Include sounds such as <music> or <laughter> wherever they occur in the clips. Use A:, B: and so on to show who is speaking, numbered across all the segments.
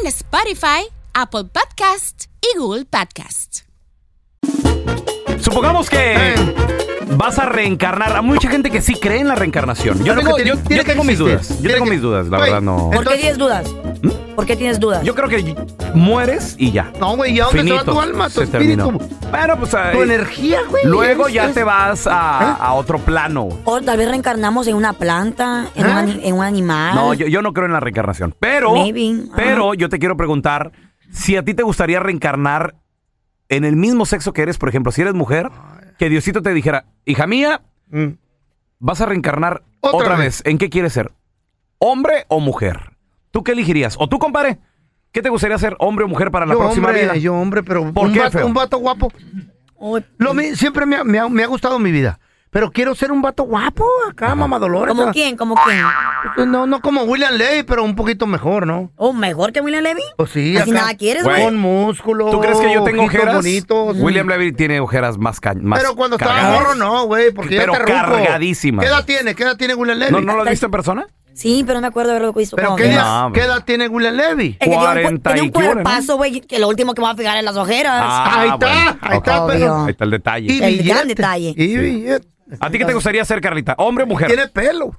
A: en Spotify, Apple Podcast y Google Podcast.
B: Supongamos que vas a reencarnar. Hay mucha gente que sí cree en la reencarnación. Yo,
C: Tiene
B: tengo,
C: que-
B: yo-
C: tiene-
B: yo
C: tiene que
B: tengo mis
C: existir.
B: dudas. Yo
C: Tiene
B: tengo
C: que-
B: mis dudas, la
C: Güey.
B: verdad no.
D: ¿Por qué
C: Entonces-
D: tienes dudas? ¿Por qué tienes dudas?
B: Yo creo que mueres y ya.
C: No, güey, ¿ya dónde se va tu alma, tu
B: se terminó.
C: espíritu?
B: Bueno, pues ahí-
C: Tu energía, ¿Eh? güey.
B: luego
C: Es-
B: ya
C: es-
B: te vas a, a otro plano.
D: O tal vez reencarnamos en una planta, en, un,
C: ¿Ah?
D: ani- en un animal.
B: No, yo, yo no creo en la reencarnación. Pero,
D: Maybe, ah.
B: pero yo te quiero preguntar si a ti te gustaría reencarnar en el mismo sexo que eres, por ejemplo, si eres mujer, que Diosito te dijera, hija mía,
C: Mm.
B: vas a reencarnar otra,
C: Otra
B: vez. ¿En qué quieres ser? ¿Hombre o mujer? ¿Tú qué elegirías? ¿O tú, compadre? ¿Qué te gustaría ser, hombre o mujer, para la
C: Yo
B: próxima
C: hombre,
B: vida?
C: yo hombre, pero
B: ¿Por
C: un,
B: qué,
C: vato,
B: feo?
C: un vato guapo.
D: Uy,
C: Lo mi- siempre me ha, me ha- me ha gustado mi vida. Pero quiero ser un vato guapo acá, mamá Dolores.
D: ¿Como
C: Ah,
D: quién? ¿Como quién?
C: No, no como William Ley, pero un poquito mejor, ¿no?
D: ¿O mejor que William Levy?
C: Pues sí,
D: Así
C: acá,
D: nada quieres,
B: güey.
C: Con músculo.
B: ¿Tú crees que yo tengo
C: ojitos
B: ojeras?
C: bonitos.
B: William Levy tiene ojeras más cañas.
C: Pero cuando estaba
B: cargadas.
C: morro, no, güey, porque
B: Pero
C: ya está ruco.
B: cargadísimas.
C: ¿Qué edad tiene? ¿Qué edad tiene William Levy?
B: ¿No, no lo has visto en persona?
D: Sí, pero no me acuerdo de haberlo visto.
C: ¿Pero
D: como
C: qué,
D: que-
B: No,
C: edad,
B: güey.
C: qué edad tiene William Levy?
D: Es que tiene un cu-
B: 40
D: tiene
B: y
D: un
B: qué hora, ¿no?
D: cuerpazo, güey, que lo último que va a fijar es las ojeras.
B: Ah,
C: ahí
B: bueno.
C: está, ahí está,
D: Obvio.
C: pero.
B: Ahí está el detalle.
C: Y
D: gran
C: billete,
D: detalle.
C: Y billete.
B: ¿A ti qué te gustaría ser, Carlita? ¿Hombre o mujer?
C: Tiene pelo.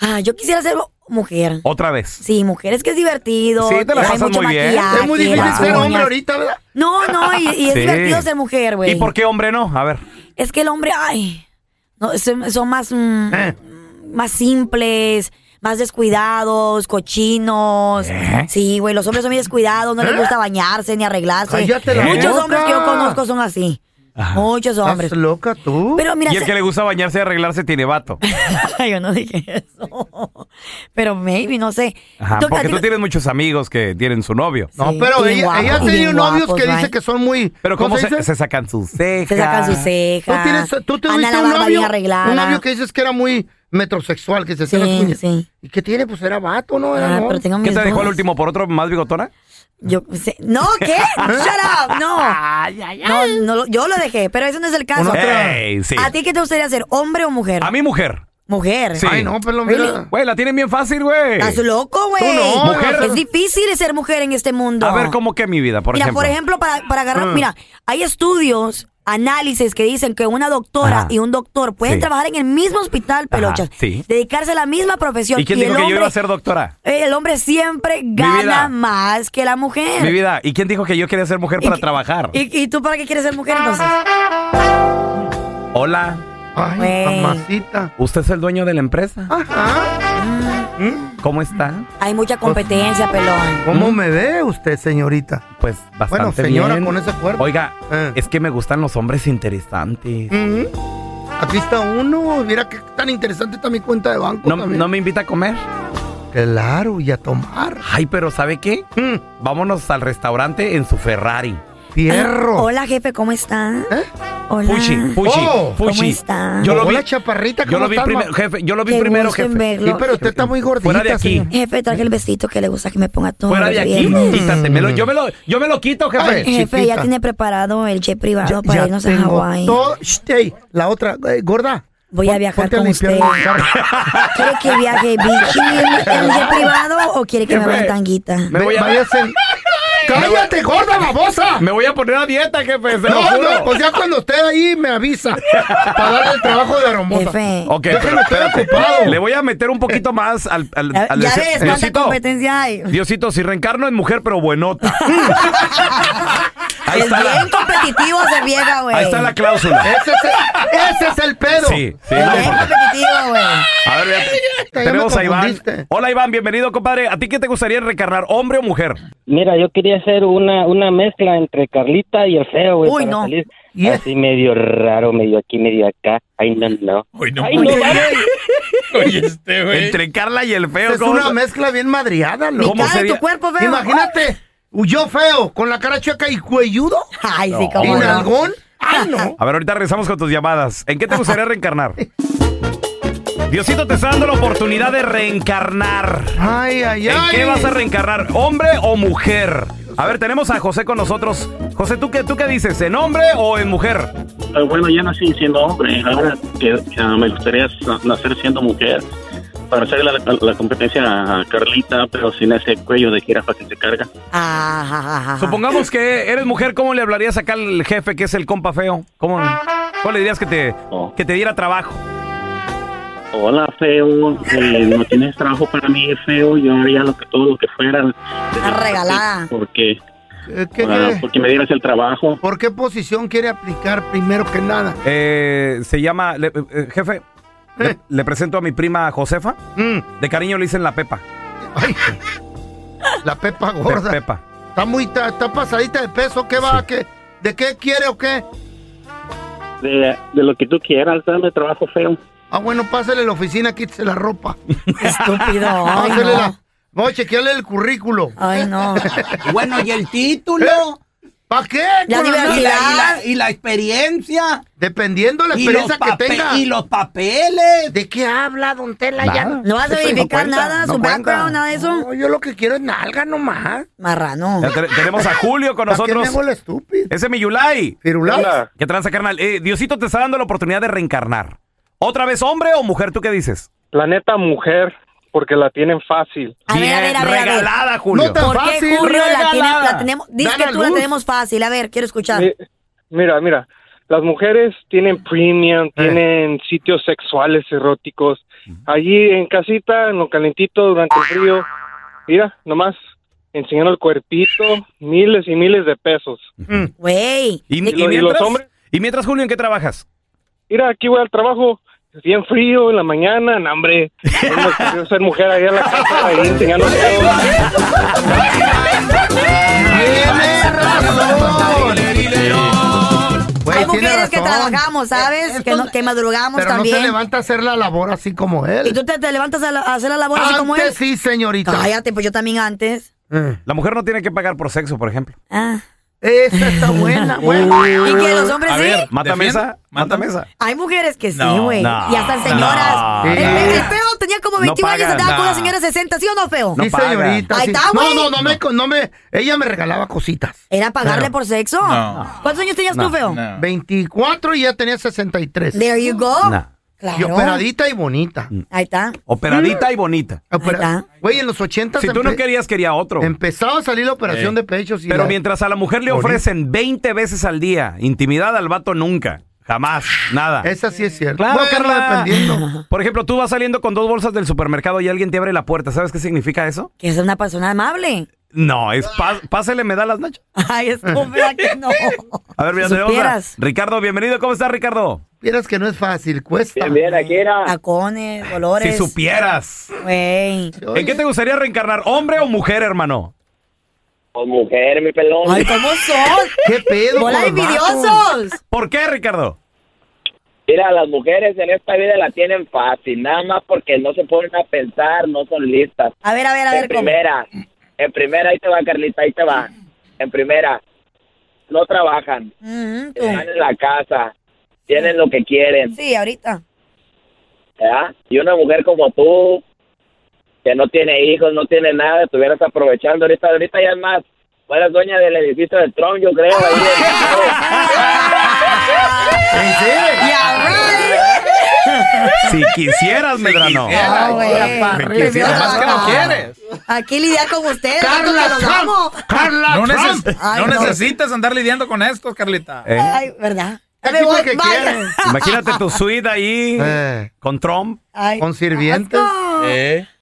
D: Ah, yo quisiera ser mujer.
B: Otra vez.
D: Sí, mujer, es que es divertido.
B: Oh. Sí, te la
D: hay
B: pasas
D: mucho
B: muy bien.
D: maquillaje,
C: es muy difícil
D: Ah, las
C: ser hombre
D: uñas.
C: ahorita, ¿verdad?
D: No, no, y, y es
B: Sí.
D: divertido ser mujer, güey.
B: ¿Y por qué hombre no? A ver.
D: Es que el hombre, ay, no, son, son más, mm,
C: Eh.
D: más simples, más descuidados, cochinos.
B: ¿Eh?
D: Sí, güey, los hombres son muy descuidados, no les gusta bañarse ni arreglarse.
C: Cállate la
D: Muchos
C: boca.
D: hombres que yo conozco son así. Muchos hombres.
C: ¿Estás loca tú?
D: Pero mira,
B: Y el
D: se- <laughs>
B: que le gusta bañarse y arreglarse tiene vato.
D: yo no dije eso. Pero maybe, no sé.
B: Ajá,
D: Tú- a
B: porque
D: ti-
B: tú tienes muchos amigos que tienen su novio.
C: no,
D: Sí,
C: pero
D: bien
C: ella, ella ha
D: guapos,
C: tenido
D: bien
C: novios
D: guapos,
C: que dice
D: right.
C: que son muy.
B: Pero ¿cómo se,
C: dice?
B: se sacan sus cejas?
D: Se sacan sus
C: ¿Tú
D: cejas.
C: tienes, tú te
D: andan
C: viste
D: la
C: un
D: barba bien
C: novio,
D: arreglada. Ah,
C: un novio que dices que era muy metrosexual, que se hacía
D: Sí,
C: las uñas.
D: sí.
C: ¿Y qué tiene? Pues era vato, ¿no? Era,
D: Ah,
C: no.
D: pero tengo
B: ¿Qué
D: mis
B: te dejó el
D: dudas.
B: último por otro más bigotona?
D: Yo, sé- no, ¿qué? Shut up,
B: <laughs>
D: no. No, no lo- yo lo dejé, pero ese no es el caso.
C: Uno atrás.
B: Ey, sí.
D: ¿A ti qué te gustaría ser, hombre o mujer?
B: A mi mujer.
D: Mujer.
B: Sí.
C: Ay, no, pero
D: Really?
C: mira.
B: Güey, la tienen bien fácil, güey.
D: ¿Estás loco, güey?
C: Tú no,
B: Mujer.
D: Es difícil ser mujer en este mundo.
B: A ver, ¿cómo que mi vida, por
D: mira,
B: ejemplo? Mm.
D: por ejemplo, para, para agarrar, mira, hay estudios, análisis que dicen que una doctora
B: Ajá.
D: y un doctor pueden
B: Sí.
D: trabajar en el mismo hospital, pelochas,
B: sí.
D: dedicarse a la misma profesión.
B: ¿Y quién
D: el
B: dijo que yo iba a
D: hombre-
B: ser doctora?
D: eh, El hombre siempre
B: vida.
D: gana más que la mujer.
B: Mi vida. ¿Y quién dijo que yo quería ser mujer
D: ¿Y
B: para
D: qué-
B: trabajar? Ah,
D: ¿Y, y tú para qué quieres ser mujer entonces?
B: Hola,
C: Ay,
D: Güey.
C: mamacita.
B: ¿usted es el dueño de la empresa? Ah.
C: Ajá. ¿Mm?
B: ¿Cómo está?
D: Hay mucha competencia, pelón.
B: ¿Mm?
C: ¿Cómo me ve usted, señorita?
B: Pues bastante
C: Bueno, señora,
B: bien.
C: con ese cuerpo.
B: Oiga,
C: Eh.
B: es que me gustan los hombres interesantes.
C: Mm. Aquí está uno. Mira qué tan interesante está mi cuenta de banco
B: No,
C: también.
B: no me invita a comer.
C: Claro, y a tomar.
B: Ay, pero ¿sabe qué?
C: Mm.
B: Vámonos al restaurante en su Ferrari.
C: Fierro.
D: Ah, Hola, jefe, ¿cómo está?
C: ¿Eh?
D: Hola.
B: Puchi, Puchi,
C: Oh.
B: Puchi.
D: ¿Cómo está?
B: Yo lo vi,
C: Hola, chaparrita,
B: yo
C: ¿cómo
B: lo vi
C: estás,
B: primero,
C: ma?
B: jefe. Yo lo vi
D: Qué
B: primero,
D: gusto en
B: jefe.
D: verlo.
C: Sí, pero usted está muy gordita,
B: Fuera de aquí.
C: señor.
D: Jefe, traje el besito que le gusta que me ponga todo.
B: Fuera de aquí, quítate. me lo- yo, me lo, yo me lo quito, jefe.
C: Ay.
D: Jefe,
C: chiquita.
D: ya tiene preparado el jet privado
C: Ya-
D: para
C: ya
D: irnos a
C: tengo
D: Hawái.
C: todo- Shh, ey, la otra, eh, gorda.
D: Voy a
C: pon-
D: viajar
C: ponte
D: con
C: limpiar
D: usted.
B: <laughs>
C: el carro.
D: ¿Quiere que viaje bikini en el jet privado o quiere que me
B: Jefe.
D: vaya en tanguita?
B: <laughs> Me voy a-
C: Váyase en- ¡Cállate,
B: <laughs>
C: gorda babosa!
B: Me voy a poner a dieta, jefe, se lo
C: No,
B: juro.
C: no, pues ya cuando esté ahí me avisa para darle el trabajo de arombosa.
D: Jefe.
B: Ok,
C: Déjame
B: pero
C: estar
B: espérate.
C: ocupado.
B: Le voy a meter un poquito más al... al,
D: Ya,
B: al
D: ya
B: deseo-
D: ves cuánta
B: Diosito,
D: competencia hay.
B: Diosito, si reencarno en mujer, pero
D: <laughs>
B: buenota. ahí,
D: es
B: está
D: bien
B: la,
D: competitivo esa vieja, güey. ¿Eh?
B: ahí está la cláusula.
C: Ese es el, ese es el pedo.
B: Sí, sí.
D: Es
B: no,
D: bien
B: porque-
D: competitivo, güey.
B: a ver, vea,
C: ya me
B: tenemos a Iván.
C: confundiste.
B: Hola, Iván, bienvenido, compadre. ¿A ti qué te gustaría reencarnar, hombre o mujer?
E: Mira, yo quería hacer una, una mezcla entre Carlita y el feo, güey.
D: Uy,
E: para
D: no.
E: salir
C: Y es-
E: Así medio raro, medio aquí, medio acá. Ay, no, no.
B: Uy, no.
E: Ay, no, vale.
B: Entre Carla y el feo.
C: Es
B: ¿cómo
C: una
B: se-
C: mezcla bien madriada, loco.
B: ¿Cómo
D: Cara de
B: sería?
D: tu cuerpo, feo.
C: Imagínate, huyó feo, con la cara chueca y cuelludo,
D: Ay, sí,
C: y
D: cómo no.
C: nalgón. ¡Ah, <laughs> no!
B: A ver, ahorita regresamos con tus llamadas. ¿En qué te gustaría
C: <laughs>
B: reencarnar? Diosito te está dando la oportunidad de reencarnar.
C: ¡Ay, ay,
B: ¿En
C: ay!
B: qué vas a reencarnar? ¿Hombre o mujer? A ver, tenemos a José con nosotros. José, ¿tú qué, tú qué dices? ¿En hombre o en mujer?
F: Eh, Bueno, ya nací siendo hombre, ahora que, ah, me gustaría sa- nacer siendo mujer para hacer la, la competencia a Carlita, pero sin ese cuello de jirafa que se carga.
D: Ah,
B: Supongamos que eres mujer, ¿cómo le hablarías acá al jefe que es el compa feo? ¿Cómo, cómo le dirías que te,
F: Oh.
B: que te diera trabajo?
F: Hola, feo, eh, no tienes trabajo para mí, feo, yo haría lo que todo lo que fuera.
D: Está regalada.
F: Porque,
C: Eh, ¿Qué,
F: ah,
C: qué?
F: porque me dieras el trabajo.
C: ¿Por qué posición quiere aplicar primero que nada?
B: Eh, se llama, le- eh, jefe, le, le presento a mi prima Josefa.
C: Mm,
B: De cariño le dicen la Pepa.
C: ay. La pepa
B: Pe-
C: gorda.
B: Pepa.
C: Está muy, está, está pasadita de peso. ¿Qué va? ¿Qué- ¿De qué quiere o qué?
F: De, de lo que tú quieras, dame trabajo, feo.
C: Ah, bueno, pásale a la oficina, quítese la ropa.
D: estúpido. Ay,
C: Pásale
D: no.
C: la... Vamos a chequearle el currículo.
D: Ay, no.
G: Bueno, y el título.
C: ¿Para qué?
D: La
C: Con la-
G: Y la, y
D: diversidad.
G: la- y la experiencia.
C: Dependiendo la
G: Y los,
C: experiencia que
G: pape-
C: tenga.
G: y los papeles.
C: ¿De qué habla, don Tela?
B: Nada.
C: Ya
D: ¿No vas a verificar
C: cuenta,
D: nada?
C: no
D: ¿Su
C: cuenta.
D: background, nada de eso?
C: No, yo lo que quiero es nalga nomás.
D: Marrano.
B: Ya te- tenemos a Julio con
C: ¿Para qué me
B: nosotros.
C: hago el estúpido?
B: Ese es mi Yulai.
C: ¿Firulais?
B: ¿Qué tranza, carnal? Eh, Diosito te está dando la oportunidad de reencarnar. ¿Otra vez hombre o mujer? ¿Tú qué dices?
H: La neta, mujer, porque la tienen fácil.
D: A ver, a ver, a ver, a ver.
B: regalada, Julio.
C: No te-
D: ¿Por
C: Fácil,
D: qué, Julio, la,
C: regalada.
D: tiene- la tenemos? Dice
C: Dan
D: que
C: a
D: tú la
C: luz.
D: tenemos fácil. A ver, quiero escuchar. <laughs>
H: Mi- Mira, mira, las mujeres tienen premium, tienen sitios sexuales eróticos. Allí en casita, en lo calentito, durante el frío, mira, nomás enseñando el cuerpito, miles y miles de pesos.
D: Güey.
B: ¿Y,
H: ¿Y lo- y los hombres?
B: y mientras, Julio, ¿en qué trabajas?
H: Mira, aquí voy al trabajo. Bien frío en la mañana, en hambre. Yo me quiero ser mujer ahí en la casa, ahí enseñando. todo.
C: ¡Tiene razón! Güey,
D: Hay
C: tiene
D: mujeres que
C: razón.
D: trabajamos, ¿sabes? que, no- que madrugamos
C: Pero no se
D: también.
C: levanta a hacer la labor así como
D: y
C: él.
D: tú te, te levantas a, la- a hacer la labor así como
C: Antes
D: él.
C: sí, señorita.
D: Cállate, pues yo también antes.
C: Eh,
B: La mujer no tiene que pagar por sexo, por ejemplo.
D: Ah.
C: Esa está buena, güey.
D: Y que los hombres sí.
B: Mata mesa, mata mesa.
D: Hay mujeres que sí,
B: No,
D: güey.
B: no,
D: y hasta señoras.
B: no,
D: el,
C: no.
D: el feo tenía como
B: No
D: 21 años y
B: pagan,
D: andaba con
B: no.
D: una señora de 60, ¿sí o no, feo?
B: No
C: sí,
B: pagan.
C: señorita.
D: Ahí
C: sí.
D: está, güey.
C: No, no, no me, no me. Ella me regalaba cositas.
D: ¿Era pagarle por sexo?
G: No.
D: ¿Cuántos años tenías tú, feo?
C: 24 y ya tenía 63.
D: There you go.
B: No.
D: Claro.
C: Y operadita y bonita.
B: Mm.
D: Ahí está.
B: Operadita y bonita.
C: Opera-
D: está.
C: Güey, Mm. en los 80
B: Si tú no querías, quería otro.
C: empezaba a salir la operación de pechos. Y
B: Pero
C: la-
B: mientras a la mujer le
C: Bonita.
B: ofrecen 20 veces al día intimidad al vato, nunca. Jamás. Nada.
C: Esa sí es cierta.
B: Claro,
C: Bueno,
B: Carla.
C: dependiendo.
B: <laughs> Por ejemplo, tú vas saliendo con dos bolsas del supermercado y alguien te abre la puerta. ¿Sabes qué significa eso?
D: Que es una persona amable. <laughs>
B: No, es pá- pásele, me da las nachas.
D: Ay, es fea
C: <laughs>
D: que no.
B: A ver, mira,
D: Si
B: tenemos a
D: supieras.
B: Ricardo, bienvenido. ¿Cómo estás, Ricardo?
C: Vieras que no es fácil, cuesta.
E: Bien, bien, aquí
D: Ah.
E: era.
D: Tacones, colores.
B: Si supieras.
D: Güey.
B: ¿En qué te gustaría reencarnar, hombre o mujer, hermano?
E: Oh, mujer, mi pelón.
D: Ay, ¿cómo son?
C: ¿Qué pedo?
D: ¡Bola de
C: con los vatos?
D: envidiosos!
B: ¿Por qué, Ricardo?
E: Mira, las mujeres en esta vida la tienen fácil, nada más porque no se ponen a pensar, no son listas.
D: A ver, a ver, a
E: En
D: ver. ¿cómo?
E: primera, en primera, ahí te va, Carlita, ahí te va. En primera, no trabajan,
D: Ujú, tú.
E: están en la casa, tienen lo que quieren,
D: Mm-hmm, Sí, ahorita.
E: ¿verdad? Y una mujer como tú, que no tiene hijos, no tiene nada, estuvieras aprovechando ahorita, ahorita ya es más. Fueras dueña del edificio de Tron, yo creo.
C: ¿En serio?
B: Si quisieras, Medrano.
D: No, güey.
C: Para
B: Me quisiera
D: más que no
C: quieres.
D: Aquí lidiar con ustedes. tanto
C: ¡Carla
D: que los
C: Trump!
D: amo.
C: ¡Carla
B: No,
C: Ah, Trump!
B: neces-
D: Ay,
B: no
D: no.
B: necesitas andar lidiando con estos, Carlita.
I: ¿Eh?
D: Ay, ¿verdad? Ya
C: El
D: me
C: tipo
D: voy,
C: que
D: bye.
C: quiere.
I: Imagínate tu suite ahí
C: Eh,
I: con Trump.
D: Ay,
C: ¿Con sirvientes?
D: asco.
B: ¿Eh?